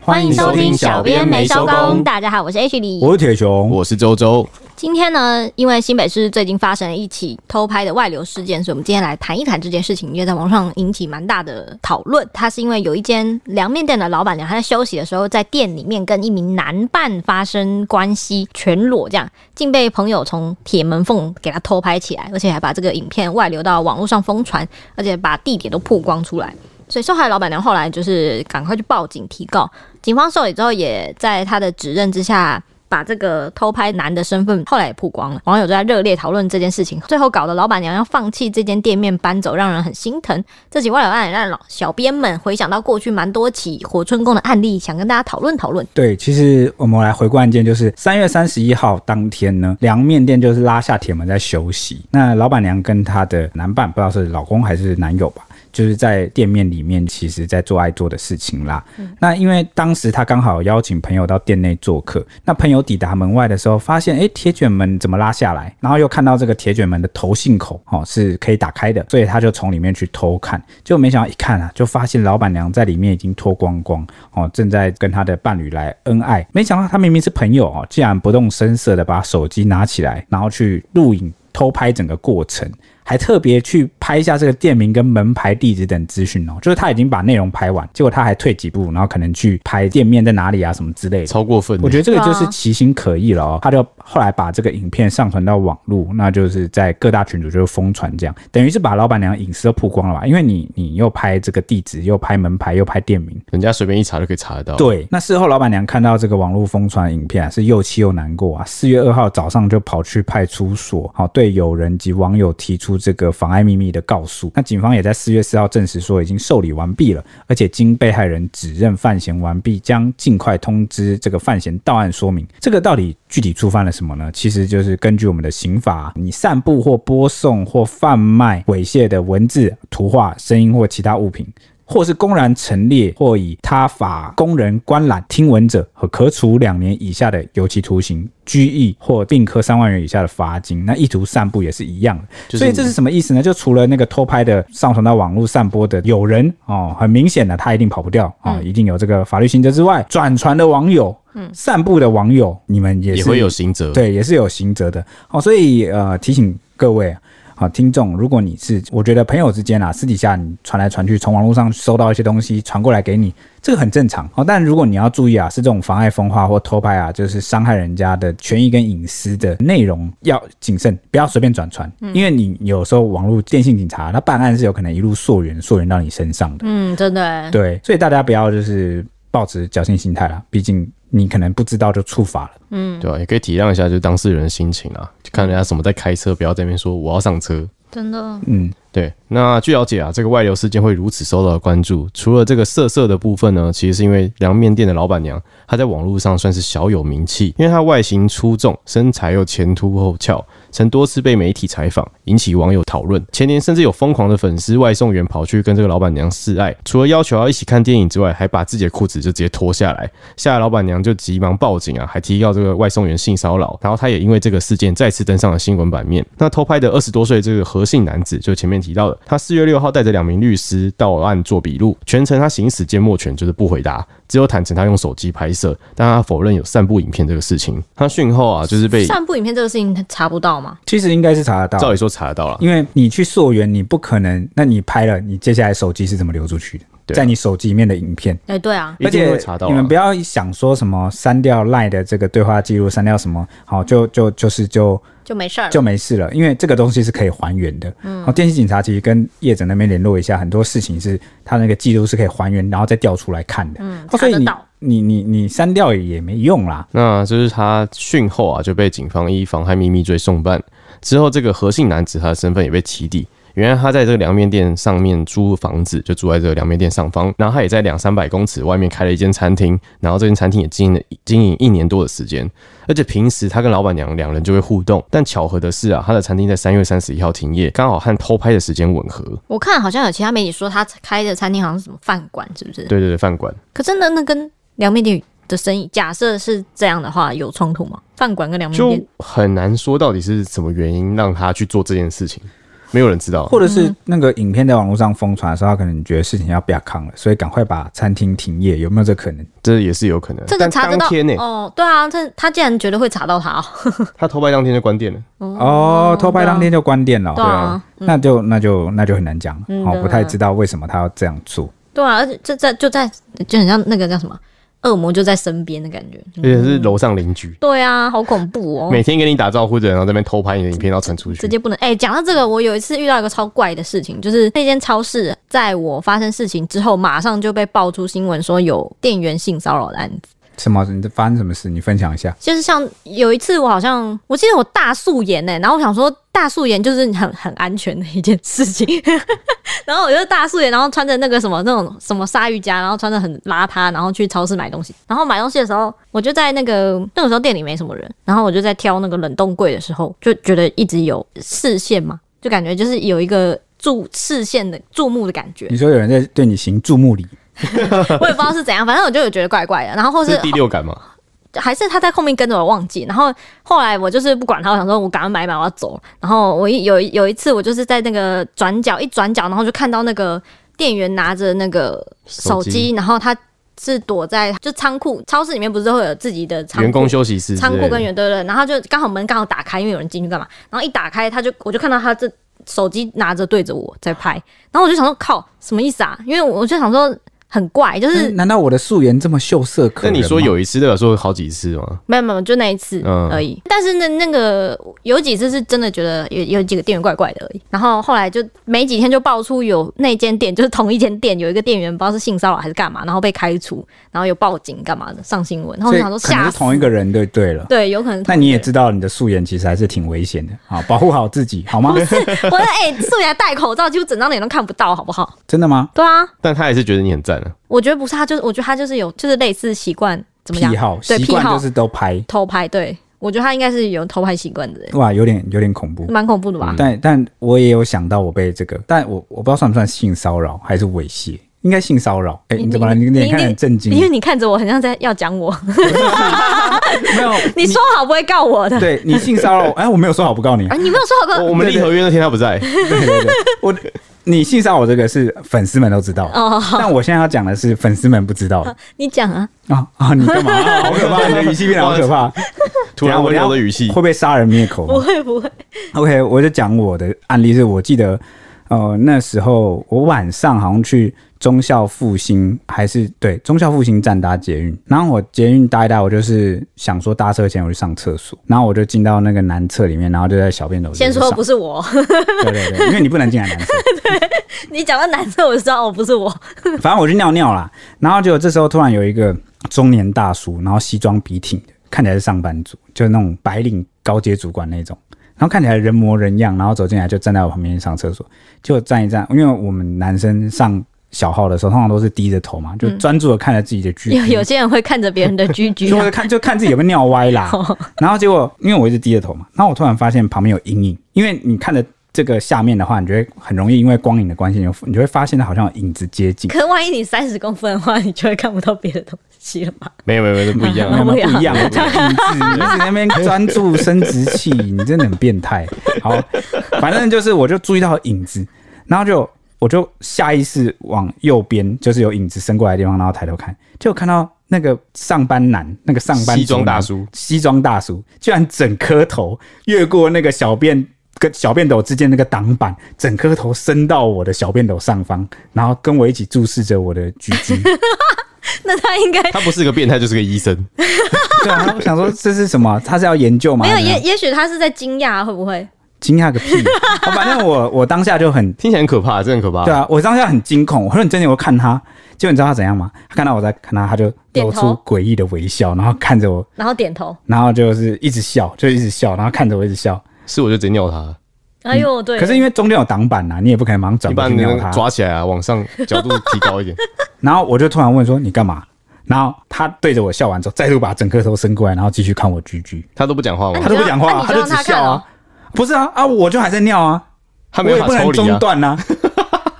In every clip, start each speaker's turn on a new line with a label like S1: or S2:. S1: 欢迎收听小编没收工
S2: 大家好，我是 H 李。
S1: 我是铁熊，
S3: 我是周周，
S2: 今天呢，因为新北市最近发生了一起偷拍的外流事件，所以我们今天来谈一谈这件事情，因为在网上引起蛮大的讨论。它是因为有一间凉面店的老板娘，她在休息的时候在店里面跟一名男伴发生关系，全裸这样，竟被朋友从铁门缝给他偷拍起来，而且还把这个影片外流到网络上疯传，而且把地点都曝光出来。所以受害老板娘后来就是赶快去报警提告，警方受理之后，也在她的指认之下，把这个偷拍男的身份后来也曝光了。网友就在热烈讨论这件事情，最后搞得老板娘要放弃这间店面搬走，让人很心疼。这起外流案也让老小编们回想到过去蛮多起火春宫的案例，想跟大家讨论讨论。
S1: 对，其实我们来回顾案件，就是三月三十一号当天呢，凉面店就是拉下铁门在休息。那老板娘跟她的男伴，不知道是老公还是男友吧，就是在店面里面，其实在做爱做的事情啦。那因为当时她刚好邀请朋友到店内做客，那朋友抵达门外的时候，发现诶铁卷门怎么拉下来，然后又看到这个铁卷门的头信口哦是可以打开的，所以他就从里面去偷看，结果没想到一看啊，就发现老板娘在里面已经脱光光哦，正在跟她的伴侣来恩爱。没想到她明明是朋友哦，竟然不动声色的把手机拿起来，然后去录影偷拍整个过程。还特别去拍一下这个店名跟门牌地址等资讯哦，就是他已经把内容拍完，结果他还退几步，然后可能去拍店面在哪里啊什么之类的。
S3: 超过分了，
S1: 我觉得这个就是
S2: 哇
S1: 其心可议了哦。他就后来把这个影片上传到网络，那就是在各大群组就疯传，这样等于是把老板娘隐私都曝光了吧？因为你你又拍这个地址，又拍门牌，又拍店名。
S3: 人家随便一查就可以查得到。，
S1: 对，那事后老板娘看到这个网络疯传影片啊，是又气又难过啊。四月二号早上就跑去派出所，好、对友人及网友提出这个妨碍秘密的告诉。那警方也在四月四号证实说已经受理完毕了，而且经被害人指认犯嫌完毕，将尽快通知这个犯嫌到案说明。这个到底具体触犯了什么呢？其实就是根据我们的刑法，你散布或播送或贩卖猥亵的文字、图画、声音或其他物品。或是公然陈列或以他法公人观览听闻者，和可处两年以下的有期徒刑、拘役或并科三万元以下的罚金。那意图散布也是一样的，
S3: 就是
S1: 所以这是什么意思呢？就除了那个偷拍的上传到网络散播的有人哦，很明显的他一定跑不掉啊、哦
S3: 嗯
S1: 一定有这个法律刑责之外，转传的网友。散布的网友，你们也是
S3: 也会有刑责。，
S1: 对，也是有刑责的。哦，所以呃，提醒各位啊。好，听众，如果你是，我觉得朋友之间啊，私底下你传来传去，从网络上收到一些东西传过来给你，这个很正常。哦，但如果你要注意啊，是这种妨碍风化或偷拍啊，就是伤害人家的权益跟隐私的内容，要谨慎，不要随便转传，因为你有时候网络电信警察他办案是有可能一路溯源溯源到你身上的。
S2: 嗯，真的，
S1: 对，所以大家不要就是抱持侥幸心态啦，毕竟你可能不知道就触法了。
S3: 对吧、也可以体谅一下，就是当事人的心情啊，就看人家什么在开车，不要在那边说我要上车。
S2: 真的，
S1: 嗯，
S3: 对，那据了解啊，这个外流事件会如此受到关注，除了这个色色的部分呢，其实是因为凉面店的老板娘，她在网络上算是小有名气，因为她外形出众，身材又前凸后翘，曾多次被媒体采访，引起网友讨论。前年甚至有疯狂的粉丝外送员跑去跟这个老板娘示爱，除了要求要一起看电影之外，还把自己的裤子就直接脱下来，吓得老板娘就急忙报警啊，还提告这个外送员性骚扰。然后她也因为这个事件再次登上了新闻版面。那偷拍的二十多岁这个何姓男子，就前面提到的，他四月六号带着两名律师到案做笔录，全程他行使缄默权，就是不回答，只有坦诚他用手机拍摄，但他否认有散布影片这个事情。他讯后啊，就是被
S2: 散布影片这个事情查不到吗？
S1: 其实应该是查得到的。
S3: 照理说查得到了。
S1: 因为你去溯源，你不可能，那你拍了，你接下来手机是怎么流出去的？
S3: 对啊
S1: 在你手机里面的影片，
S2: 哎、对啊，
S3: 一定会查到啊
S1: 你们不要想说什么删掉 LINE 的这个对话记录，删掉什么，好就就就是就
S2: 就没事儿了
S1: 就没事了，因为这个东西是可以还原的。嗯，好，电信警察其实跟业者那边联络一下，很多事情是他那个记录是可以还原，然后再调出来看的。
S2: 嗯
S1: 哦所以
S2: 查得
S1: 你
S2: 到
S1: 你你你删掉也没用啦。
S3: 那就是他讯后啊就被警方依妨害秘密罪送办。之后，这个何姓男子他的身份也被起底。原来他在这个凉面店上面租房子，就住在这个凉面店上方。然后他也在两三百公尺外面开了一间餐厅，然后这间餐厅也经营了经营一年多的时间。而且平时他跟老板娘两人就会互动，但巧合的是啊，他的餐厅在三月三十一号停业，刚好和偷拍的时间吻合。
S2: 我看好像有其他媒体说他开的餐厅好像是什么饭馆，是不是？
S3: 对对对，饭馆。
S2: 可真的那跟凉面店的生意，假设是这样的话，有冲突吗？饭馆跟凉面
S3: 就
S2: 店，
S3: 很难说到底是什么原因让他去做这件事情。没有人知道。
S1: 或者
S2: 嗯
S1: 是那个影片在网络上疯传的时候，他可能觉得事情要不要康了，所以赶快把餐厅停业，有没有这可能？
S3: 这也是有可能。
S2: 这个
S3: 但
S2: 查得到
S3: 当天呢、
S2: 哦，对啊，这他竟然觉得会查到他哦，
S3: 他偷拍当天就关店了。
S1: 哦，偷拍当天就关店了哦，
S2: 对啊，
S1: 那就那就那就很难讲了
S2: 嗯，
S1: 哦，
S2: 对
S1: 不太知道为什么他要这样做。
S2: 对啊，而且这在就在就很像那个叫什么恶魔就在身边的感觉，
S3: 而且是楼上邻居，
S2: 对啊，好恐怖哦。
S3: 每天跟你打招呼的人，然后在那边偷拍你的影片，然后传出
S2: 直
S3: 去。
S2: 接不能哎！讲、到这个，我有一次遇到一个超怪的事情，就是那间超市在我发生事情之后，马上就被爆出新闻说有店员性骚扰的案子。
S1: 什么？你发生什么事？你分享一下。
S2: 就是像有一次，我好像我记得我大素颜呢、欸然后我想说大素颜就是很很安全的一件事情， 然后我就大素颜，然后穿着那个什么那种什么鲨鱼夹，然后穿着很邋遢，然后去超市买东西。然后买东西的时候，我就在那个那个时候店里没什么人，然后我就在挑那个冷冻柜的时候，就觉得一直有视线嘛，就感觉就是有一个注视线的注目的感觉
S1: 你，说有人在对你行注目礼，
S2: 我也不知道是怎样，反正我就有觉得怪怪的，然后或
S3: 这
S2: 是
S3: 是第六感
S1: 哦
S3: 嘛？
S2: 还是他在后面跟着我忘记，然后后来我就是不管他，我想说我赶快买一买我要走，然后我一有一有一次我就是在那个转角一转角，然后就看到那个店员拿着那个手
S3: 手
S2: 机，
S3: 机
S2: 然后他是躲在就仓库超市里面不是都会有自己的仓库
S3: 员工休息室之类
S2: 仓
S3: 的，
S2: 库跟员对对，对然后就刚好门刚好打开，因为有人进去干嘛，然后一打开他就我就看到他这手机拿着对着我在拍，然后我就想说靠什么意思啊？因为我就想说很怪，就是、
S1: 嗯难道我的素颜这么秀色可
S3: 那
S1: 人吗？
S3: 你说有一次，代表说好几次吗？
S2: 没有没有，就那一次
S3: 嗯
S2: 而已。但是那那个有几次是真的觉得有有几个店员怪怪的而已。然后后来就没几天就爆出有那间店，就是同一间店有一个店员不知道是性骚扰还是干嘛，然后被开除，然后有报警干嘛的上新闻。然后我
S1: 所以
S2: 想说
S1: 可能
S2: 吓
S1: 是
S2: 死，
S1: 同一个人对对了。
S2: 对，有可能是
S1: 那
S2: 同一个
S1: 你
S2: 人。
S1: 也知道你的素颜其实还是挺危 险的，好，保护好自己，好吗？
S2: 我说哎，素颜戴口罩，几乎整张脸都看不到，好不好？
S1: 真的吗？
S2: 对啊，
S3: 但他也是觉得你很赞啊。
S2: 我觉得不是他，就是我觉得他就是有就是类似习惯怎么样
S1: 癖好
S2: 对
S1: 习
S2: 癖
S1: 惯
S2: 好
S1: 就是都拍，
S2: 偷拍，对我觉得他应该是有偷拍习惯的人，
S1: 哇，有点有点恐怖。
S2: 蛮恐怖的吧？
S1: 但但我也有想到我被这个，但我我不知道算不算性骚扰还是猥亵，应该性骚扰。哎，你怎么了？你脸看得很震惊，
S2: 因为你看着我，很像在要讲我。
S1: 没有？
S2: 你说好不会告我的
S1: 对你性骚扰我，哎，我没有说好不 告你
S2: 啊？，你没有说好告
S1: 哦
S3: 我我们立合约那天他不 在，
S1: 对对对，我你性骚扰我这个是粉丝们都知道，
S2: 哦，好
S1: 但我现在要讲的是粉丝们不 知道的
S2: 你讲啊，
S1: 啊啊！你干嘛？啊好可怕！你的语气变得好可怕，
S3: 突然
S1: 等
S3: 温
S1: 一下
S3: 柔
S1: 我
S3: 的
S1: 等一下
S3: 语气
S1: 会，不会杀人灭口
S2: 不会不会，
S1: ？OK，我就讲我的案例是，我记得呃那时候我晚上好像去中校复兴还是对中校复兴站搭捷运，然后我捷运搭一搭，我就是想说搭车前我就上厕所，然后我就进到那个男厕里面，然后就在小便斗
S2: 先说不
S1: 是，
S2: 是我，
S1: 对对对，因为你不能进来男厕。
S2: 你讲到男生我就知道哦，不是我，
S1: 反正我去尿尿啦，然后结果这时候突然有一个中年大叔，然后西装笔挺的，看起来是上班族，就是那种白领高阶主管那种，然后看起来人模人样，然后走进来就站在我旁边上厕所，就站一站，因为我们男生上小号的时候通常都是低着头嘛，就专注的看着自己的巨、
S2: 嗯 有有些人会看着别人的居啊居
S1: 就会看就看自己有没有尿歪 啦。
S2: 哦
S1: 然后结果因为我一直低着头嘛，然后我突然发现旁边有阴影，因为你看着这个下面的话，你就会很容易因为光影的关系，你就你就会发现它好像有影子接近。
S2: 可是万一你三十公分的话，你就会看不到别的东西了吧？
S3: 没有没有没有，这不一样
S1: 没有
S3: 啊。
S1: 没有
S2: 不
S1: 不
S2: 一
S1: 一
S2: 样
S1: 样，我觉得品质，你一直在那边专注生殖器，你真的很变态。好， 反正就是我就注意到影子，然后就我就下意识往右边，就是有影子伸过来的地方，然后抬头看，就看到那个上班男，那个上班族
S3: 西装大
S1: 男
S3: 叔，
S1: 西装大叔居然整颗头越过那个小便。跟小便斗之间那个挡板，整颗头伸到我的小便斗上方，然后跟我一起注视着我的举居。
S2: 那他应该
S3: 他不是个变态，就是个医生。
S1: 对啊，我想说这是什么？他是要研究吗？
S2: 没有，
S1: 还是
S2: 也也许他是在惊讶，会不会？
S1: 惊讶个屁！ 啊反正我我当下就很
S3: 听起来很可怕，真的很可怕。
S1: 对啊，我当下很惊恐，我很真的我看他，结果你知道他怎样吗？他看到我在看他，他就
S2: 点
S1: 露
S2: 头
S1: 出诡异的微笑，然后看着我，
S2: 然后点头，
S1: 然后就是一直笑，就一直笑，然后看着我一直笑。
S3: 是我就直接尿他，
S2: 哎呦，对，
S1: 嗯可是因为中间有挡板呐、你也不可能马上
S3: 你
S1: 转
S3: 把
S1: 过去
S3: 你那
S1: 瞄
S3: 个
S1: 他。
S3: 抓起来啊，往上角度提 高一点。
S1: 然后我就突然问说：“你干嘛？”然后他对着我笑完之后，再度把整颗头伸过来，然后继续看我居居，
S3: 他都不讲话
S2: 那
S3: 吗
S2: 你
S1: 他？都
S2: 就
S1: 不讲话
S2: 那你
S1: 他
S2: 就
S1: 就
S2: 让
S1: 只
S2: 他看
S1: 笑
S2: 哦
S1: 啊。不是啊啊，我就还在尿啊，
S3: 他
S1: 我
S3: 没
S1: 也
S3: 有办
S1: 不
S3: 法抽
S1: 能
S3: 离
S1: 中
S3: 啊。
S1: 断呐、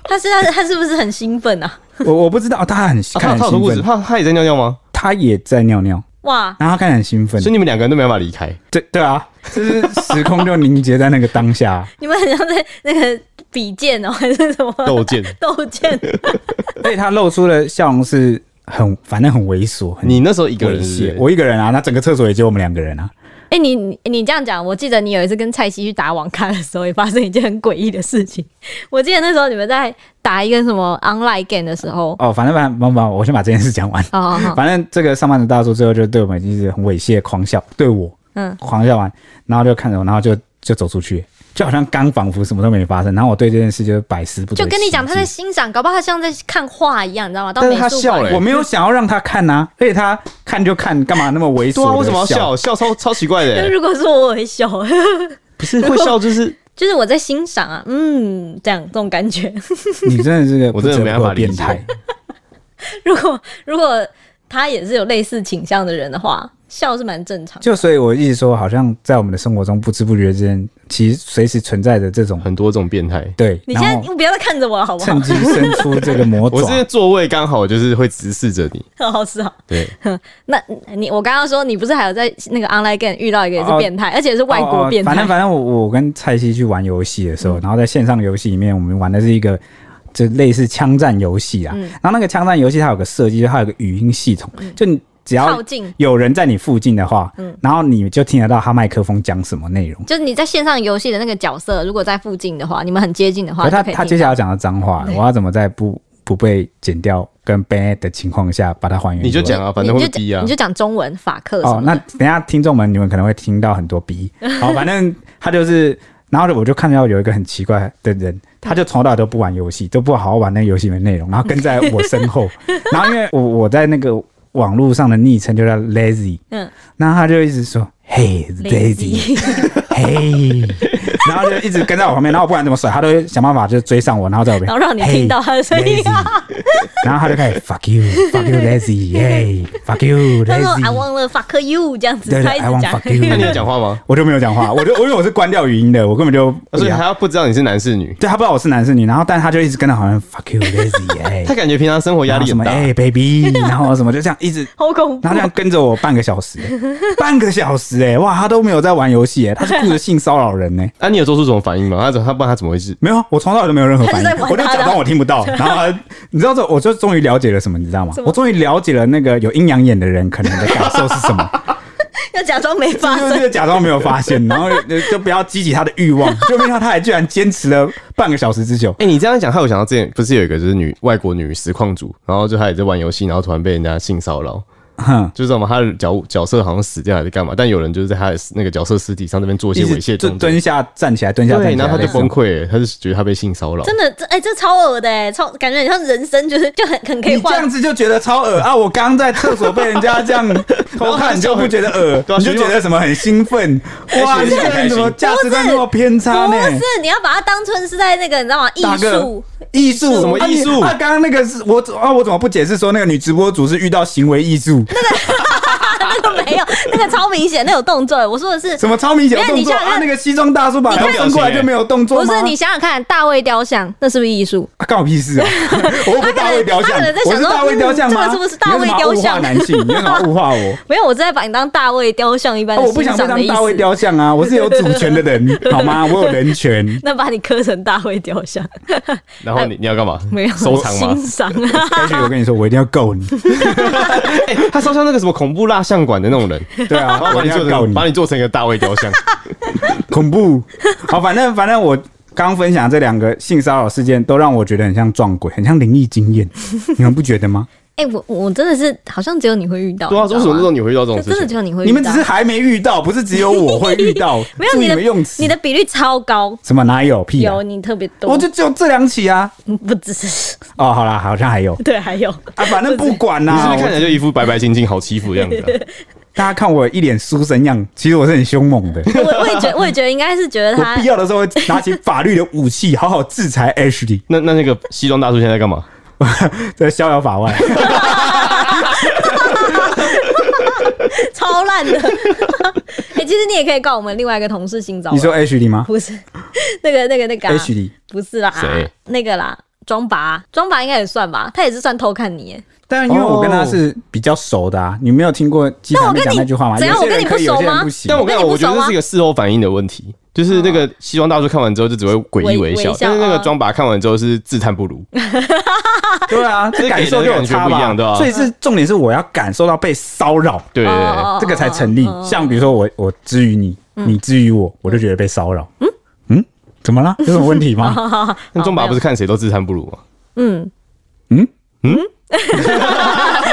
S2: 他是他他是不是很兴奋啊？
S1: 我我不知道，他很
S3: 啊
S1: 看
S3: 他
S1: 得
S3: 他
S1: 很兴
S3: 有脱裤子，
S1: 奋，
S3: 他他也在尿尿吗？
S1: 他也在尿尿。
S2: 哇，
S1: 然后他看起来很兴奋
S3: 所以，你们两个人都没办法离开。
S1: 对对啊，就是时空就凝结在那个当下。
S2: 你们很像在那个比剑哦，还是什么
S3: 斗剑
S2: 斗剑？
S1: 所以他露出的笑容是很，反正很猥琐，很
S3: 你那时候一个
S1: 猥
S3: 人是
S1: 亵。
S3: 不是
S1: 我一个人啊，那整个厕所也只有我们两个人啊。
S2: 哎、你你你这样讲，我记得你有一次跟蔡西去打网咖的时候，也发生一件很诡异的事情。 我记得那时候你们在打一个什么 online game 的时候，
S1: 哦，反正反正反正，我先把这件事讲完。
S2: 哦哦，哦
S1: 反正这个上班的大叔最后就对我们一直很猥亵狂笑，对我
S2: 嗯，
S1: 狂笑完，然后就看着我，然后就就走出去，就好像刚仿佛什么都没发生。然后我对这件事就是百思不解。
S2: 就跟你讲他在欣赏，搞不好他像在看画一样，你知道吗？到
S3: 但
S2: 美
S3: 是他
S2: 术
S3: 笑
S2: 馆
S3: 了
S1: 我没有想要让他看呐、而且他看就看，干嘛那么猥琐？
S3: 对啊，为什么要
S1: 笑
S3: 笑？？笑超超奇怪 的、
S2: 就如果说我会笑，
S3: 不是会笑就是
S2: 就是我在欣赏啊，嗯，这样这种感觉。
S1: 你真的是个
S3: 我真的没办法理
S1: 变
S3: 解
S1: 态。
S2: 如果如果他也是有类似倾向的人的话，笑是蛮正常的。
S1: 就所以，我一直说，好像在我们的生活中不知不觉之间，其实随时存在着这种
S3: 很多这种变态。
S1: 对，
S2: 你
S1: 然
S2: 现在
S1: 后
S2: 不要再看着我了，好不好
S1: 趁？机伸出这个魔
S3: 我这
S1: 爪
S3: 些。座位刚好就是会直视着你，
S2: 好是好。
S3: 对，
S2: 那你我刚刚说你不是还有在那个 online game 遇到一个也是
S1: 哦
S2: 变态，而且是 外国变
S1: 哦哦反
S2: 态
S1: 正，反正我我跟蔡西去玩游戏的时
S3: 嗯
S1: 候，然后在线上游戏里面，我们玩的是一个。就类似枪战游戏啊，
S2: 嗯
S1: 然后那个枪战游戏它有个设计，就是它有个语音系统，就你只要
S2: 靠近。嗯
S1: 有人在你附近的话，然后你就听得到他麦克风讲什么内容。
S2: 就是你在线上游戏的那个角色，如果在附近的话，你们很接近的
S1: 可
S2: 话，
S1: 是他
S2: 就可以
S1: 他
S2: 听
S1: 接下来要讲的脏话，我要怎么在不不被剪掉跟 ban 的情况下把它还原出来？
S3: 你就讲啊，反正
S2: 你
S3: 会
S2: 就
S3: 逼啊
S2: 你就。讲中文法克什
S1: 哦，
S2: 么
S1: 那
S2: 的。
S1: 等一下听众们你们可能会听到很多 鼻。好，反正他就是，然后我就看到有一个很奇怪的人，他就从头到尾都不玩游戏，都不好好玩那个游戏的内容，然后跟在我身 后。然后因为我我在那个网络上的昵称就叫 Lazy，
S2: 嗯，
S1: 然后他就一直说 Hey Lazy，
S2: Lazy
S1: 嘿，然后就一直跟在我旁边，然后我不管怎么甩，他都会想办法就追上我，然后在我边，
S2: 然后让你听到 他的声音
S1: Hey, lazy 然后他就开始 fuck you，fuck you lazy，耶，fuck you
S2: 他说 I
S1: lazy，
S2: want to fuck you 这样子，
S1: 对
S2: 他
S1: 对
S2: 一
S1: ，I want
S2: 直
S1: fuck
S2: 讲。
S1: you，
S3: 那你有讲话 吗？
S1: 我就没有讲话，我就我因为我是关掉语音的，我根本就不
S3: 所以
S1: 聊
S3: 还。要不知道你是男是女，
S1: 对他不知道我是男是女，然后但他就一直跟他好像 fuck you lazy 哎、
S3: 他感觉平常生活压
S1: 然后
S3: 力
S1: 什
S3: 很
S1: 么
S3: 大。
S1: 哎、baby，然后什么就这样一直，
S2: 好恐怖
S1: 然后这！样跟着我半个小时，半个小时哎、哇，他都没有在玩游戏哎，他是顾着性骚扰人呢、
S3: 啊，你有做出什么反应吗？他怎他不然他怎么回事？
S1: 没有啊，我从头到尾都没有任何反
S2: 他
S1: 应
S2: 就在，玩
S1: 我就
S2: 他的啊
S1: 假装我听不 到。然后他你知道这，我就终于了解了什么，你知道吗
S2: 什？么
S1: 我终于了解了那个有阴阳眼的人可能的感受是什 么，
S2: 要假装没发
S1: 就是
S2: 生
S1: 这，个假装没有发现，然后就就不要激起他的欲 望，就没想到他还居然坚持了半个小时之久。
S3: 哎、你这样讲，害我想到之前不是有一个就是女外国女实况主，然后就她也在玩游戏，然后突然被人家性骚扰，
S1: 哼，
S3: 就是什么她的角角色好像死掉还是干嘛，但有人就是在她的那个角色尸体上那边做一些猥亵
S1: 就
S3: 动作，
S1: 蹲下站起来，蹲下站
S3: 对，
S1: 起来，
S3: 然后她就
S1: 那种
S3: 崩。溃了，她就觉得她被性骚扰，
S2: 真的，这哎、这超恶的哎，超感觉很像人生就是就很很可以
S1: 你这
S2: 换
S1: 样子就觉得超恶啊！我刚在厕所被人家这 样偷看，你就不觉得恶，
S3: 对啊
S1: 你就觉得什么很兴奋？哇，
S3: 而
S1: 你
S3: 且
S1: 这
S3: 也
S1: 个
S3: 很
S1: 人怎么
S3: 开心
S1: 价值观那么偏差
S2: 不
S1: 呢？
S2: 是，你要把它当成是在那个你知道吗？艺
S1: 大哥
S2: 术，
S1: 艺术
S3: 什么艺术
S1: 啊，你啊刚刚那个是我啊，我怎么不解释说那个女直播主是遇到行为艺术？
S2: 那个 没有，那个超明显，那有动作。我说的是，
S1: 什么超明显的动
S2: 没有你
S1: 作
S2: 想想
S1: 啊？那个西装大叔把
S3: 你
S1: 头
S3: 看
S1: 伸过来就没有动作
S2: 不
S1: 吗？
S2: 是你想想看，大卫雕像那是不是艺术？
S1: 啊干我屁 事啊！我又不是大卫雕像
S2: 他可能在，想说
S1: 我是大卫雕像
S2: 嗯
S1: 吗？
S2: 这个是不是大卫雕像
S1: 你为什么要物化男性，你为什么要物化我？
S2: 没有，我是在把你当大卫雕像一般
S1: 啊
S2: 的
S1: 我不
S2: 欣
S1: 想被
S2: 赏的
S1: 当
S2: 意思。
S1: 大卫雕像啊！我是有主权的人，好吗？我有人 权。
S2: 那把你刻成大卫雕像，
S3: 然后你你要干嘛？
S2: 哎没有
S3: 收藏吗
S2: 欣？赏啊，
S1: 也许我跟你说，我一定要告你。
S3: 哎、 他烧像那个什么恐怖蜡像馆的那种 人，
S1: 对啊
S3: 然后，把
S1: 我一
S3: 你
S1: 定
S3: 做
S1: 要告
S3: 成
S1: 你
S3: 把。你做成一个大卫雕像，
S1: 恐怖。 好，反正反正我刚分享这两个性骚扰事件，都让我觉得很像撞鬼，很像灵异经 验，你们不觉得吗？
S2: 哎、我我真的是好像只有你会遇到，
S3: 对啊，
S2: 你
S3: 为
S2: 知
S3: 什
S2: 道吗
S3: 么这种你会遇到这种
S2: 就
S3: 事
S2: 真的
S3: 情
S2: 只？有你会遇到，
S1: 你们只是还没遇到，不是只有我会遇到。
S2: 没有
S1: 注意
S2: 你的
S1: 们用词
S2: 你的比率超高，
S1: 什么哪有屁、啊
S2: 有？你特别多，
S1: 我就只有这两起啊！
S2: 不只是
S1: 哦，好啦，好像还有
S2: 对，还有
S1: 啊， 反正不管
S3: 你是
S1: 啦。
S3: 不是看起
S1: 我
S3: 来就一副白白净净、好欺负的样子、啊？
S1: 大家看我一脸书生样，其实我是很凶猛 的。
S2: 我我也 觉得我也觉得应该是觉得
S1: 我
S2: 他
S1: 必要的时候会拿起法律的武器，好好制裁 Ashley，
S3: 那那那个西装大叔现在在 干嘛？
S1: 这逍遥法外。
S2: 超烂的。 哎、其实你也可以告我们另外一个同事性骚扰。
S1: 你说 Ashley 吗
S2: 不是 那个那个那个、啊、
S1: ？Ashley
S2: 不是啦
S3: 谁，
S2: 那个啦，装拔装拔应该也算吧，他也是算偷看你耶。
S1: 但因为我跟他是比较熟的啊，你没有听过鸡排妹讲那句话吗？
S2: 哦那
S1: 有
S2: 我
S1: 些
S2: 跟你
S1: 人可以，
S2: 怎
S1: 有些
S2: 样我跟你不熟吗
S1: 人不行
S3: 但。我跟你讲，
S2: 我
S3: 我
S2: 跟你
S3: 觉
S2: 不熟
S3: 得这
S2: 啊
S3: 是一个事后反应的问题，就是那个西装大叔看完之后就只会诡
S2: 微
S3: 异微笑，
S2: 微笑
S3: 但是那个
S2: 啊
S3: 装把看完之后是自叹 不如。
S1: 对啊，这
S3: 这
S1: 感受就有差
S3: 给人的感觉啊不一
S1: 吧
S3: 样对吧
S1: 所以是重点是我要感受到被骚扰，
S3: 对对对
S2: 哦嗯
S1: 这个才成立。像比如说我我之于你，你之于我，我就觉得被骚扰。嗯嗯，怎么了？有什么问题
S2: 哦
S1: 吗？
S3: 那中把不是看谁都自叹不如吗？
S2: 嗯，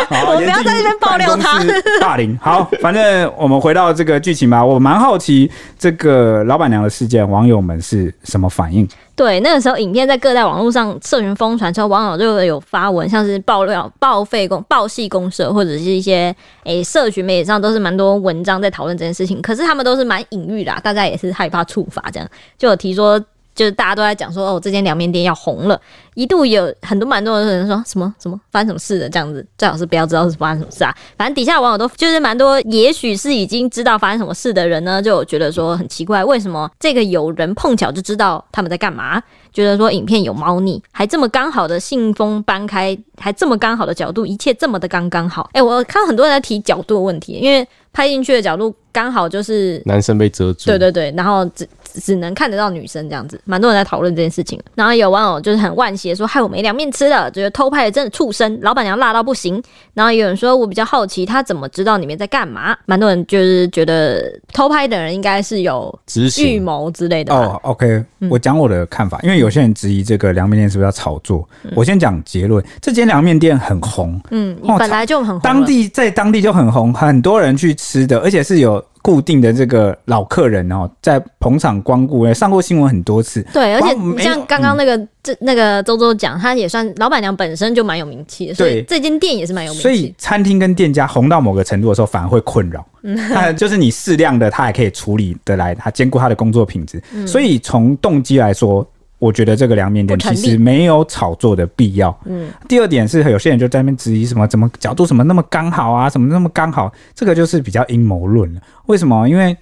S1: 我
S2: 我不要在那边爆料他
S1: 霸凌。 好，反正我们回到这个剧情吧。我蛮好奇这个老板娘的事件，网友们是什么反应？
S2: 对，那个时候影片在各大网络上社群疯传之后，网友就有发文，像是爆料、报废公、报系公社，或者是一些诶、社群媒体上都是蛮多文章在讨论这件事情。可是他们都是蛮隐喻的啊、大家也是害怕处罚，这样就有提说，就是大家都在讲说，哦，这间凉面店要红了，一度有很多蛮多的人说什么什么发生什么事了这样子，最好是不要知道是发生什么事啊。反正底下网友都就是蛮多，也许是已经知道发生什么事的人呢，就有觉得说很奇怪，为什么这个有人碰巧就知道他们在干嘛，觉得说影片有猫腻，还这么刚好的信封搬开，还这么刚好的角度，一切这么的刚刚好。哎、我看到很多人在提角度的问题，因为拍进去的角度刚好就是
S3: 男生被遮住，
S2: 对对对，然后只只只能看得到女生这样子，蛮多人在讨论这件事情。然后有网友就是很惋惜地说，害我没凉面吃了，觉得偷拍的真的畜生，老板娘辣到不行。然后有人说我比较好奇，他怎么知道你们在干嘛？蛮多人就是觉得偷拍的人应该是有
S3: 执
S2: 预
S3: 行
S2: 谋之类的吧。
S1: 哦，OK，我讲我的看法，因为有些人质疑这个凉面店是不是要炒作。我先讲结论，这间凉面店很红，
S2: 嗯
S1: 哦，
S2: 本来就很红了
S1: 当地在当地就很红，很多人去吃的，而且是有固定的这个老客人哦，在捧场光顾，上过新闻很多次。
S2: 对，而且
S1: 哇没有嗯
S2: 你像刚刚那个这、那个周周讲，他也算老板娘本身就蛮有名气的，所以
S1: 对
S2: 这间店也是蛮有名
S1: 所
S2: 气
S1: 以
S2: 的。
S1: 餐厅跟店家红到某个程度的时候，反而会困扰。
S2: 嗯
S1: 他 就是你适量的，他还可以处理得来，他兼顾他的工作品质。所以从动机来说，我觉得这个凉面店
S2: 嗯不成
S1: 其
S2: 立
S1: 实没有炒作的必要。嗯，第二点是有些人就在那边质疑什么怎么角度什么那么刚好啊，什么那么刚好，这个就是比较阴谋论了。为什么？因为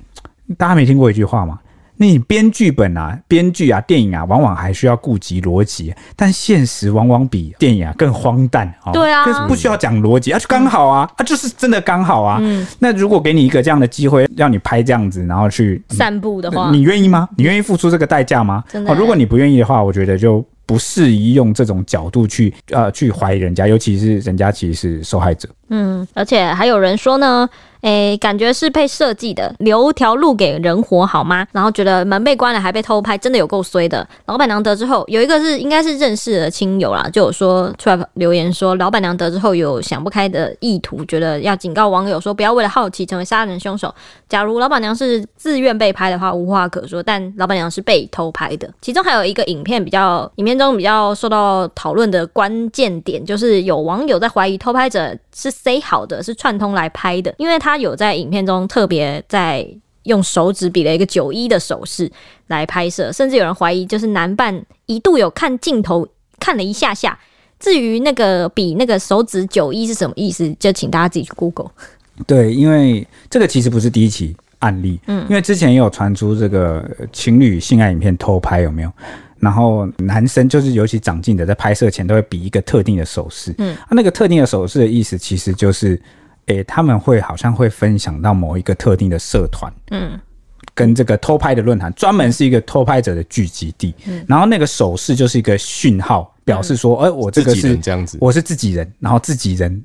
S1: 大家没听过一句话嘛。你编剧本啊，编剧啊，电影啊，往往还需要顾及逻辑，但现实往往比电影啊更荒诞哦。
S2: 对啊
S1: 更不需要讲逻辑，啊，就刚好啊，啊，就是真的刚好啊。
S2: 嗯
S1: 那如果给你一个这样的机会，让你拍这样子，然后去，
S2: 散步的话，
S1: 你愿意吗？你愿意付出这个代价吗？哦
S2: 真的
S1: 如果你不愿意的话，我觉得就不适宜用这种角度去呃去怀疑人家，尤其是人家其实是受害者。
S2: 嗯，而且还有人说呢，诶、感觉是被设计的，留条路给人活好吗？然后觉得门被关了还被偷拍，真的有够衰的。老板娘得知后，有一个是应该是认识的亲友啦，就有说出来留言说，老板娘得知后有想不开的意图，觉得要警告网友说，不要为了好奇成为杀人凶手。假如老板娘是自愿被拍的话，无话可说，但老板娘是被偷拍的。其中还有一个影片比较，嗯影片中比较受到讨论的关键点，就是有网友在怀疑偷拍者是 C 好的，是串通来拍的，因为他有在影片中特别在。用手指比了一个九一的手势来拍摄，甚至有人怀疑就是男伴一度有看镜头看了一下下。至于那个比那个手指九一是什么意思，就请大家自己去 Google。
S1: 对，因为这个其实不是第一起案例，嗯，因为之前也有传出这个呃情侣性爱影片偷拍，有没有？然后男生就是尤其长进的，在拍摄前都会比一个特定的手势，嗯，啊、那个特定的手势的意思其实就是，诶，他们会好像会分享到某一个特定的社团，
S2: 嗯。
S1: 跟这个偷拍的论坛，专门是一个偷拍者的聚集地，然后那个手势就是一个讯号，表示说，哎、我这
S3: 嗯自
S1: 个
S3: 己
S1: 是
S3: 人这样子，
S1: 我是自己人，然后自己人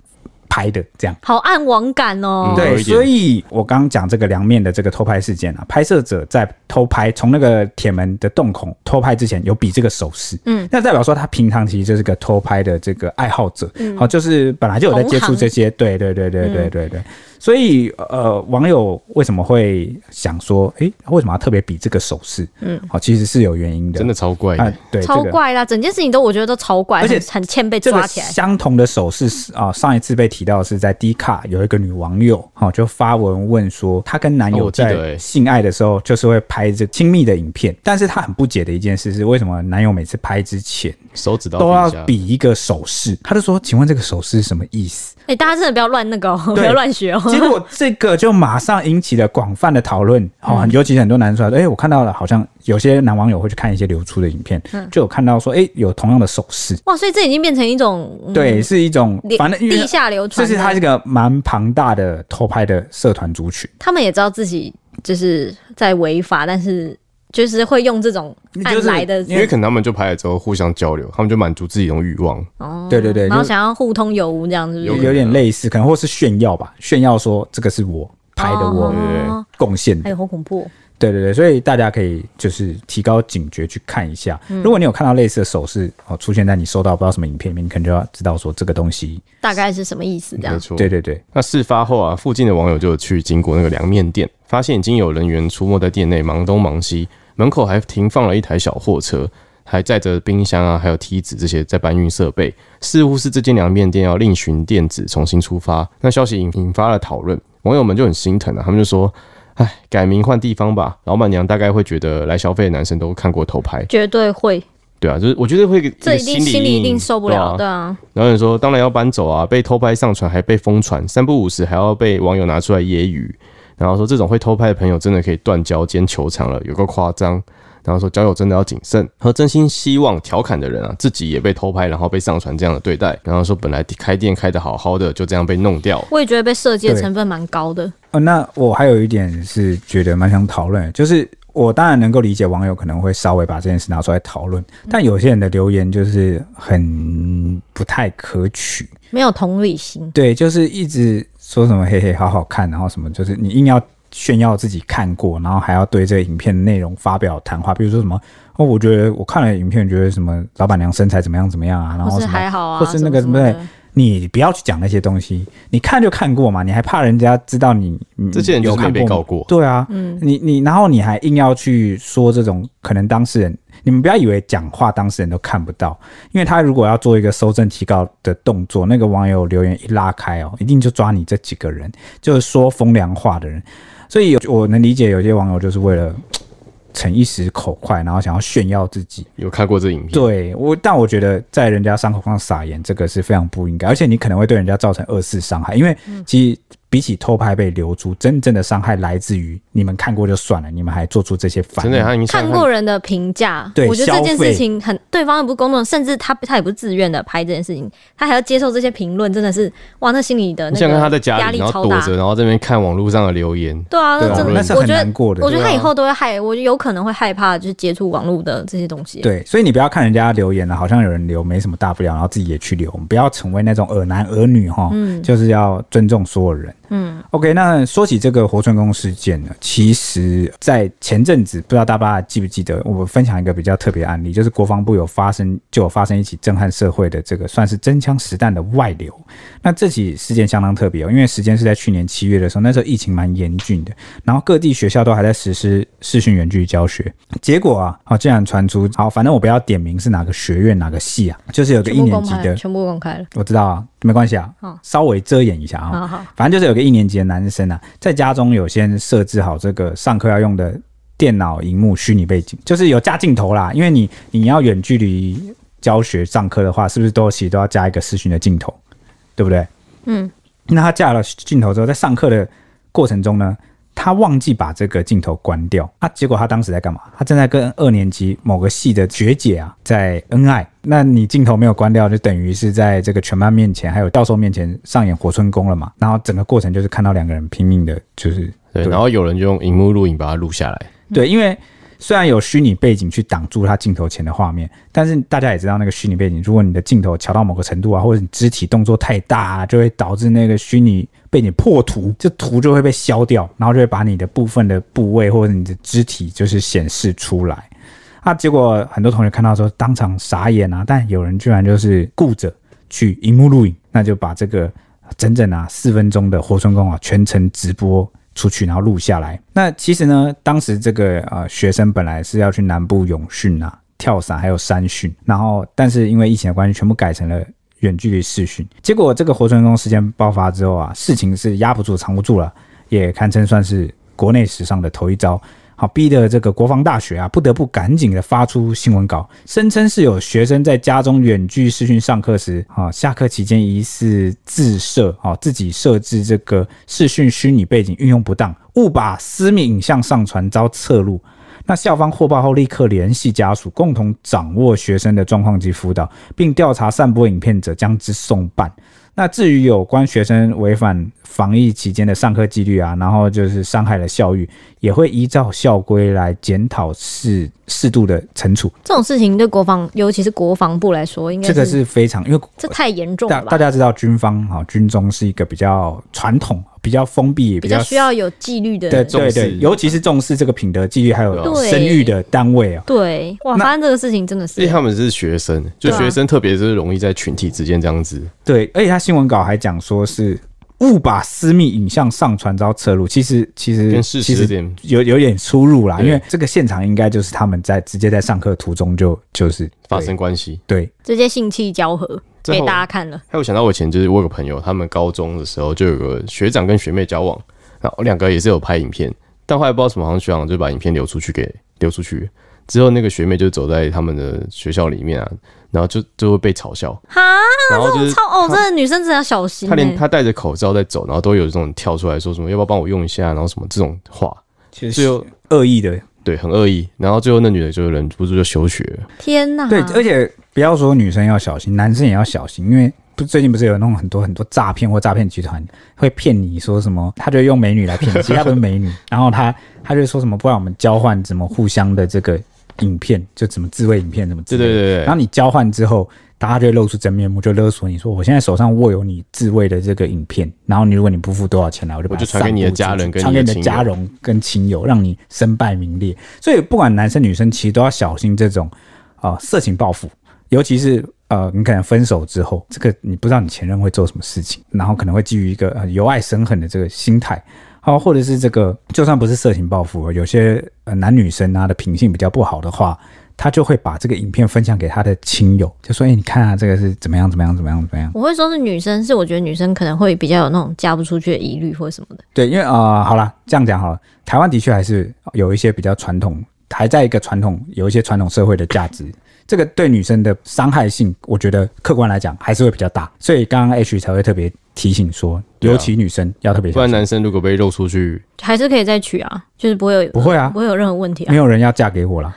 S1: 拍的这样。
S2: 好暗网感哦。
S3: 嗯有
S1: 对，
S3: 一点
S1: 所以我刚刚讲这个凉面的这个偷拍事件啊，拍摄者在偷拍从那个铁门的洞孔偷拍之前，有比这个手势，
S2: 嗯，
S1: 那代表说他平常其实就是个偷拍的这个爱好者，好、就是本来就有在接触这些，对对对对对对对，所以呃，网友为什么会想说，诶，为什么要特别比这个手势？嗯，好，其实是有原因的，
S3: 真的超怪
S1: 啊
S3: 的。，
S1: 对，
S2: 超
S1: 这个
S2: 怪啦！整件事情都我觉得都超怪，
S1: 而且
S2: 很很欠被
S1: 这个
S2: 抓起来。
S1: 相同的手势是啊、上一次被提到的是在 D 卡有一个女网友，哈、就发文问说，她跟男
S3: 哦
S1: 友
S3: 我记得
S1: 在
S3: 欸
S1: 性爱的时候，就是会拍这亲密的影片，但是她很不解的一件事是，为什么男友每次拍之前
S3: 手指到
S1: 都要
S3: 底下，
S1: 比一个手势？她就说，请问这个手势是什么意思？
S2: 哎、大家真的不要乱那个、哦， 不
S1: 对
S2: 要乱学哦。
S1: 结
S2: 嗯
S1: 果这个就马上引起了广泛的讨论，哦，尤其是很多男生说，哎、我看到了，好像有些男网友会去看一些流出的影片，
S2: 嗯
S1: 就有看到说，哎、有同样的手势，
S2: 哇，所以这已经变成一种、嗯
S1: 对，是一种
S2: 连
S1: 反正因为
S2: 地下流
S1: 这
S2: 传的，
S1: 是它这个蛮庞大的偷拍的社团族群。
S2: 他们也知道自己就是在违法，但是就是会用这种
S1: 就
S2: 按
S1: 是
S2: 来的、
S1: 因
S3: 因为可能他们就拍了之后互相交流，他们就满足自己一种欲望。
S2: 哦，
S1: 对对对
S2: 然后
S1: 就
S2: 想要互通有无这样子，是
S1: 有
S2: 不是
S1: 有点类似，可能或是炫耀吧，炫耀说这个是我拍的，我
S2: 哦
S1: 贡献
S2: 哎
S1: 的。
S2: 呦，好恐怖哦！
S1: 对对对，所以大家可以就是提高警觉去看一下。
S2: 嗯
S1: 如果你有看到类似的手势哦出现在你收到不知道什么影片里面，你可能就要知道说这个东西。
S2: 大概是什么意思？这
S3: 没
S2: 样
S3: 错，
S1: 对对对，
S3: 那事发后啊，附近的网友就有去经过那个凉面店，发现已经有人员出没在店内，忙东忙西，门口还停放了一台小货车，还载着冰箱啊，还有梯子这些在搬运设备，似乎是这间凉面店要另寻店址重新出发。那消息引引发了讨论，网友们就很心疼啊，他们就说：“哎，改名换地方吧，老板娘大概会觉得来消费的男生都看过头 牌，
S2: 绝对会，
S3: 对啊，就是我觉得会有一个
S2: 这一定
S3: 心理
S2: 心里一
S3: 阴影
S2: 定受不
S3: 对啊
S2: 了，对啊，
S3: 然后你说，当然要搬走啊，被偷拍上传，还被疯传，三不五时还要被网友拿出来揶揄。然后说这种会偷拍的朋友真的可以断交兼球场了，有够夸张。然后说交友真的要谨慎，和真心希望调侃的人啊，自己也被偷拍，然后被上传这样的对待。然后说本来开店开的好好的，就这样被弄掉。
S2: 我也觉得被设计的
S1: 对
S2: 成分蛮高的，
S1: 哦，那我还有一点是觉得蛮想讨论的，就是我当然能够理解网友可能会稍微把这件事拿出来讨论，但有些人的留言就是很不太可取。
S2: 没有同理心。
S1: 对，就是一直说什么嘿嘿好好看，然后什么就是你硬要炫耀自己看过，然后还要对这个影片内容发表谈话，比如说什么哦，我觉得我看了影片，觉得什么老板娘身材怎么样怎么样啊，然后
S2: 或是
S1: 什
S2: 还
S1: 么。
S2: 好啊，
S1: 或是那个
S2: 什么什么
S1: 对
S2: 的，
S1: 你不要去讲那些东西，你看就看过嘛，你还怕人家知道你你
S3: 这些人就
S1: 有
S3: 是没
S1: 看
S3: 被
S1: 过
S3: 告
S1: 吗
S3: 过，
S1: 对啊，
S2: 嗯
S1: 你你然后你还硬要去说这种可能当事人，你们不要以为讲话当事人都看不到，因为他如果要做一个搜证提告的动作，那个网友留言一拉开哦，一定就抓你这几个人，就是说风凉话的人。所以有我能理解有些网友就是为了逞一时口快，然后想要炫耀自己。
S3: 有看过这影片，
S1: 对我，但我觉得在人家伤口上撒盐，这个是非常不应该，而且你可能会对人家造成二次伤害，因为其实比起偷拍被流出，真正的伤害来自于你们看过就算了，你们还做出这些反
S3: 真
S1: 应。
S3: 的，他已经
S2: 看过人的评价，
S1: 对
S2: 我觉得这件
S1: 消费
S2: 事情很，对方又不是公众，甚至他他也不是自愿的拍这件事情，他还要接受这些评论，真的是哇，那心里的
S3: 你
S2: 那
S3: 想看他在
S2: 个
S3: 家
S2: 压
S3: 里，
S2: 力
S3: 然后
S2: 超
S3: 躲
S2: 大。
S3: 着，然后这边看网络上的留言，
S2: 对啊，
S1: 对
S2: 那
S1: 啊
S2: 真
S1: 那
S2: 的
S1: 是，
S2: 我
S1: 很
S2: 觉
S1: 难
S2: 得
S1: 过的啊
S2: 我觉得他以后都会害，我有可能会害怕，就是接触网络的这些东西。
S1: 对，啊所以你不要看人家留言了，啊好像有人留没什么大不了，然后自己也去留，不要成为那种耳男耳女哈，就是要尊重所有人。嗯，OK，那说起这个活春宫事件呢，其实，在前阵子，不知道大家记不记得，我分享一个比较特别的案例，就是国防部有发生就有发生一起震撼社会的这个算是真枪实弹的外流。那这起事件相当特别哦，因为时间是在去年七月的时候，那时候疫情蛮严峻的，然后各地学校都还在实施视讯远距离教学，结果啊，好、竟然传出，好，反正我不要点名是哪个学院哪个系啊，就是有个
S2: 全
S1: 一
S2: 部
S1: 年
S2: 公
S1: 级
S2: 开了，
S1: 的，
S2: 全部公开了。
S1: 我知道啊，没关系啊
S2: 好，
S1: 稍微遮掩一下啊，
S2: 好好，
S1: 反正就是有个一年级的男生啊，在家中有先设置好这个上课要用的电脑荧幕虚拟背景，就是有加镜头啦，因为你你要远距离教学上课的话，是不是都其实都要加一个视讯的镜头，对不对？
S2: 嗯，
S1: 那他架了镜头之后，在上课的过程中呢，他忘记把这个镜头关掉啊，结果他当时在干嘛？他正在跟二年级某个系的学姐啊在恩爱。那你镜头没有关掉，就等于是在这个全班面前还有教授面前上演活春宫了嘛？然后整个过程就是看到两个人拼命的，就是
S3: 对，啊
S1: 对
S3: 然后有人就用荧幕录影把它录下来，
S1: 对，因为虽然有虚拟背景去挡住他镜头前的画面，但是大家也知道，那个虚拟背景，如果你的镜头调到某个程度啊，或者你肢体动作太大、啊，就会导致那个虚拟背景破图，这图就会被消掉，然后就会把你的部分的部位或者你的肢体就是显示出来。啊，结果很多同学看到之后当场傻眼啊，但有人居然就是顾着去荧幕录影，那就把这个整整啊四分钟的活春宫啊全程直播出去，然后录下来。那其实呢，当时这个呃学生本来是要去南部泳训啊、跳伞还有山训，然后但是因为疫情的关系，全部改成了。远距离视讯，结果这个活春宫事件爆发之后啊，事情是压不住、藏不住了，也堪称算是国内史上的头一遭。好，逼得这个国防大学啊，不得不赶紧的发出新闻稿，声称是有学生在家中远距视讯上课时，啊，下课期间疑似自设，啊，自己设置这个视讯虚拟背景运用不当，误把私密影像上传遭侧录。那校方获报后，立刻联系家属，共同掌握学生的状况及辅导，并调查散播影片者，将之送办。那至于有关学生违反防疫期间的上课纪律啊，然后就是伤害了校誉，也会依照校规来检讨适适度的惩处。
S2: 这种事情对国防，尤其是国防部来说，应该
S1: 这个是非常因为
S2: 这太严重
S1: 大
S2: 了
S1: 大
S2: 吧？
S1: 家知道军方哈、军中是一个比较传统、比较封闭、也
S2: 比较需要有纪律的
S1: 对
S3: 重
S1: 对
S3: 视啊
S1: 对，尤其是重视这个品德纪律还有
S2: 对
S1: 声誉的单位啊。
S2: 对，哇，
S1: 那哎
S2: 发生这个事情真的是
S3: 因为他们是学生，就
S2: 对啊
S3: 学生特别是容易在群体之间这样子，
S1: 对，而且他新闻稿还讲说是误把私密影像上传遭侧录，其实其实
S3: 跟事
S1: 其
S3: 实有
S1: 实
S3: 点
S1: 有有点出入啦，
S3: 对
S1: 因为这个现场应该就是他们在直接在上课途中就就是
S3: 发生关系。
S1: 对
S2: 直接性气交合
S3: 这
S2: 给
S3: 后
S2: 大家看了，
S3: 还有想到我以前就是我有个朋友，他们高中的时候就有个学长跟学妹交往，然后两个也是有拍影片，但后来不知道什么，好像学长就把影片流出去给流出去，之后那个学妹就走在他们的学校里面啊，然后就就会被嘲笑，
S2: 哈，
S3: 然后就是
S2: 啊超哦，真的女生真的要小心、
S3: 他
S2: 欸，
S3: 连他戴着口罩在走，然后都有这种跳出来说什么要不要帮我用一下，然后什么这种话，
S1: 对，
S3: 最后
S1: 恶意的
S3: 对很恶意，然后最后那女的就忍不住就休学了，
S2: 天哪，
S1: 对，而且不要说女生要小心，男生也要小心，因为不最近不是有那种很多很多诈骗或诈骗集团会骗你说什么，他就用美女来骗你，其实他不是美女，然后他他就说什么，不然我们交换怎么互相的这个影片，就怎么自慰影片怎么之
S3: 对
S1: 类的
S3: 对对对
S1: 然后你交换之后，大家就会露出真面目，就勒索你说我现在手上握有你自慰的这个影片，然后你如果你不付多少钱来，我就把它
S3: 我就传给你的家人跟
S1: 散布出去传给
S3: 你
S1: 你的
S3: 的
S1: 家人跟亲友，让你身败名裂。所以不管男生女生，其实都要小心这种呃色情报复，尤其是。呃，你可能分手之后，这个你不知道你前任会做什么事情，然后可能会基于一个呃由爱生恨的这个心态，好，或者是这个，就算不是色情报复，有些呃男女生啊的品性比较不好的话，他就会把这个影片分享给他的亲友，就说：“哎、你看啊，这个是怎么样，怎么样，怎么样，怎么样。
S2: 我会说是女生，是我觉得女生可能会比较有那种嫁不出去的疑虑或什么的。”
S1: 对，因为啊、呃好啦，这样讲好了，台湾的确还是有一些比较传统，还在一个传统，有一些传统社会的价值，这个对女生的伤害性，我觉得客观来讲还是会比较大，所以刚刚 H 才会特别提醒说，
S3: 对啊
S1: 尤其女生要特别
S3: 不
S1: 小
S3: 然
S1: 心。
S3: 男生如果被露出去，
S2: 还是可以再娶啊，就是不会有
S1: 不会啊
S2: 不会有任何问题啊
S1: 没，有人要嫁给我啦，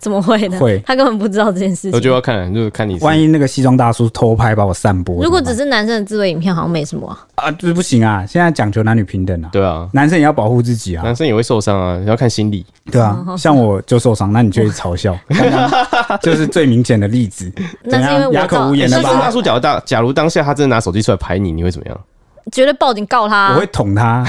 S2: 怎么会呢？
S1: 会
S2: 他根本不知道这件事
S3: 那就
S2: 情。
S3: 要看就是看你是
S1: 万一那个西装大叔偷拍把我散播，
S2: 如果
S1: 怎么办
S2: 只是男生的自慰影片，好像没什么啊。
S1: 啊，这不行啊！现在讲求男女平等啊，
S3: 对啊，
S1: 男生也要保护自己啊
S3: 男，生也会受伤啊，要看心理。
S1: 对啊。像我就受伤，那你就会嘲 笑，刚刚就是最明显的例子。
S2: 那是因为
S1: 怎样
S2: 我
S1: 哑
S2: 知道
S1: 口无言
S3: 那
S1: 了
S2: 那
S1: 吧
S2: 是
S3: 大叔假如当假如当下他真的拿手机出来拍你，你会怎么样？
S2: 绝对报警告他啊。
S1: 我会捅他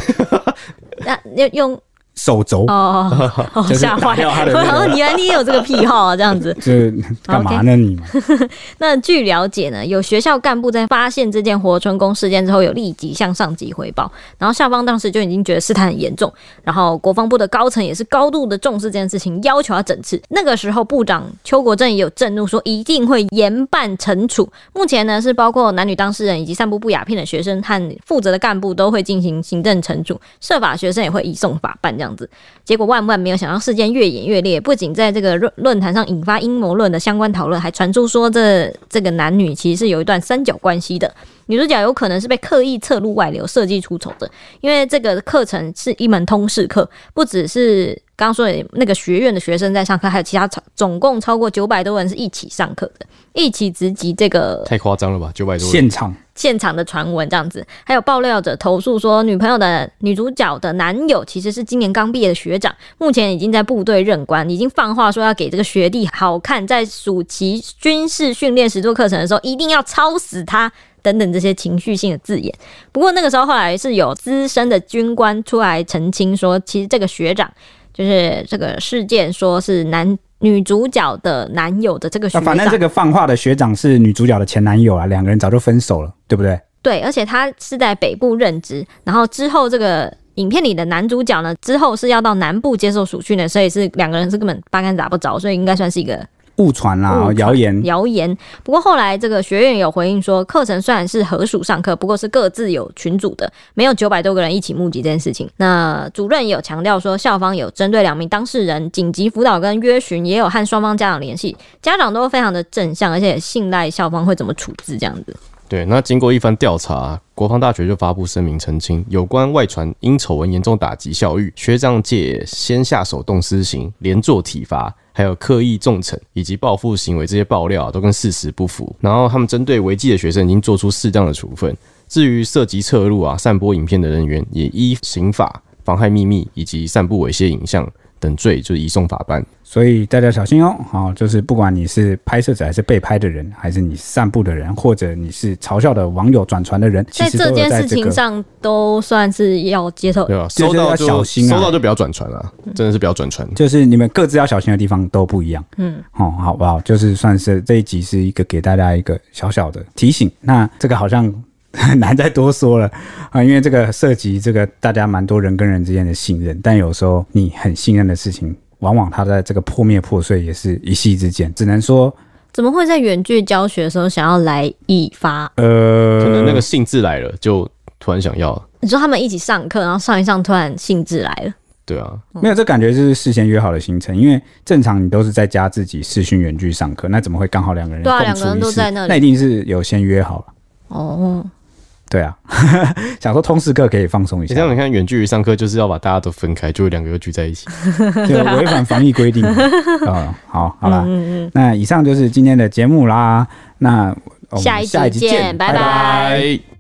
S2: 那用用
S1: 手肘，
S2: 哦，哦
S1: 就是
S2: 吓
S1: 打
S2: 坏
S1: 掉他的
S2: 我
S1: 那个
S2: 想说原来你也有这个癖好啊，这样子。
S1: 就是干嘛呢你嘛？
S2: 哦那据了解呢，有学校干部在发现这件活春宫事件之后，有立即向上级汇报，然后校方当时就已经觉得事态很严重，然后国防部的高层也是高度的重视这件事情，要求要整治。那个时候部长邱国正也有震怒说，一定会严办惩处。目前呢是包括男女当事人以及散布不雅片的学生和负责的干部都会进行行政惩处，涉法学生也会移送法办这样子。结果万万没有想到，事件越演越烈，不仅在这个论论坛上引发阴谋论的相关讨论，还传出说这这个男女其实是有一段三角关系的。女主角有可能是被刻意侧录外流、设计出丑的，因为这个课程是一门通识课，不只是刚刚说的那个学院的学生在上课，还有其他超总共超过九百多人是一起上课的，一起直击这个
S3: 太夸张了吧，九百多人。
S1: 现场
S2: 现场的传闻这样子，还有爆料者投诉说，女朋友的女主角的男友其实是今年刚毕业的学长，目前已经在部队任官，已经放话说要给这个学弟好看，在暑期军事训练实作课程的时候，一定要操死他。等等这些情绪性的字眼，不过那个时候后来是有资深的军官出来澄清说，其实这个学长就是这个事件，说是男女主角的男友的这个学
S1: 那
S2: 长，
S1: 啊反正这个放话的学长是女主角的前男友啊，两个人早就分手了，对不对？
S2: 对，而且他是在北部任职，然后之后这个影片里的男主角呢，之后是要到南部接受暑训的，所以是两个人是根本八竿子打不着，所以应该算是一个
S1: 误传
S2: 误
S1: 啦，
S2: 传
S1: 谣言。
S2: 谣言。不过后来这个学院有回应说，课程虽然是合署上课，不过是各自有群组的，没有九百多个人一起募集这件事情。那主任也有强调说，校方有针对两名当事人紧急辅导跟约询，也有和双方家长联系，家长都非常的正向，而且也信赖校方会怎么处置这样子。
S3: 对，那经过一番调查，国防大学就发布声明澄清，有关外传因丑闻严重打击校誉，学长界先下手动施行，连坐体罚，还有刻意重惩以及报复行为这些爆料、啊、都跟事实不符。然后他们针对违纪的学生已经做出适当的处分，至于涉及侧录啊、散播影片的人员，也依刑法妨害秘密以及散布猥亵影像等罪，就是移送法办。
S1: 所以大家小心哦，好、就是不管你是拍摄者还是被拍的人，还是你散布的人，或者你是嘲笑的网友转传的人，其
S2: 在
S1: 实都
S2: 这
S1: 有
S2: 件
S1: 在
S2: 事
S1: 这
S2: 情
S1: 个。
S2: 上都算是要接受
S3: 对吧、
S1: 这
S3: 收
S1: 就
S3: 到
S1: 要
S3: 就
S1: 小心啊
S3: 收到就不要转传啊，真的是不要转传。
S1: 就是你们各自要小心的地方都不一样，
S2: 嗯，
S1: 哦，好不好？就是算是这一集是一个给大家一个小小的提醒。那这个好像 很难再多说了啊，因为这个涉及这个大家蛮多人跟人之间的信任，但有时候你很信任的事情，往往它在这个破灭破碎也是一夕之间，只能说
S2: 怎么会在远距教学的时候想要来一发？
S1: 呃，
S3: 可能那个兴致来了，就突然想要，
S2: 你说他们一起上课，然后上一上，突然兴致来了，
S3: 对啊，
S1: 没有，这感觉就是事先约好的行程，因为正常你都是在家自己视讯远距上课，那怎么会刚好两个人
S2: 对啊
S1: 共
S2: 两个
S1: 处
S2: 人
S1: 一
S2: 都
S1: 室
S2: 在那里
S1: 那一定是有先约好了。
S2: 哦，
S1: 对啊， 想说通识课可以放松一
S3: 你
S1: 下，
S3: 像你看远距离上课，就是要把大家都分开，就两个又聚在一起。
S1: 就违反防疫 规定啊、好，好啦，
S2: 嗯嗯
S1: 那以上就是今天的节目啦。那我们
S2: 下一集
S1: 集见，
S2: 见拜拜
S3: 拜。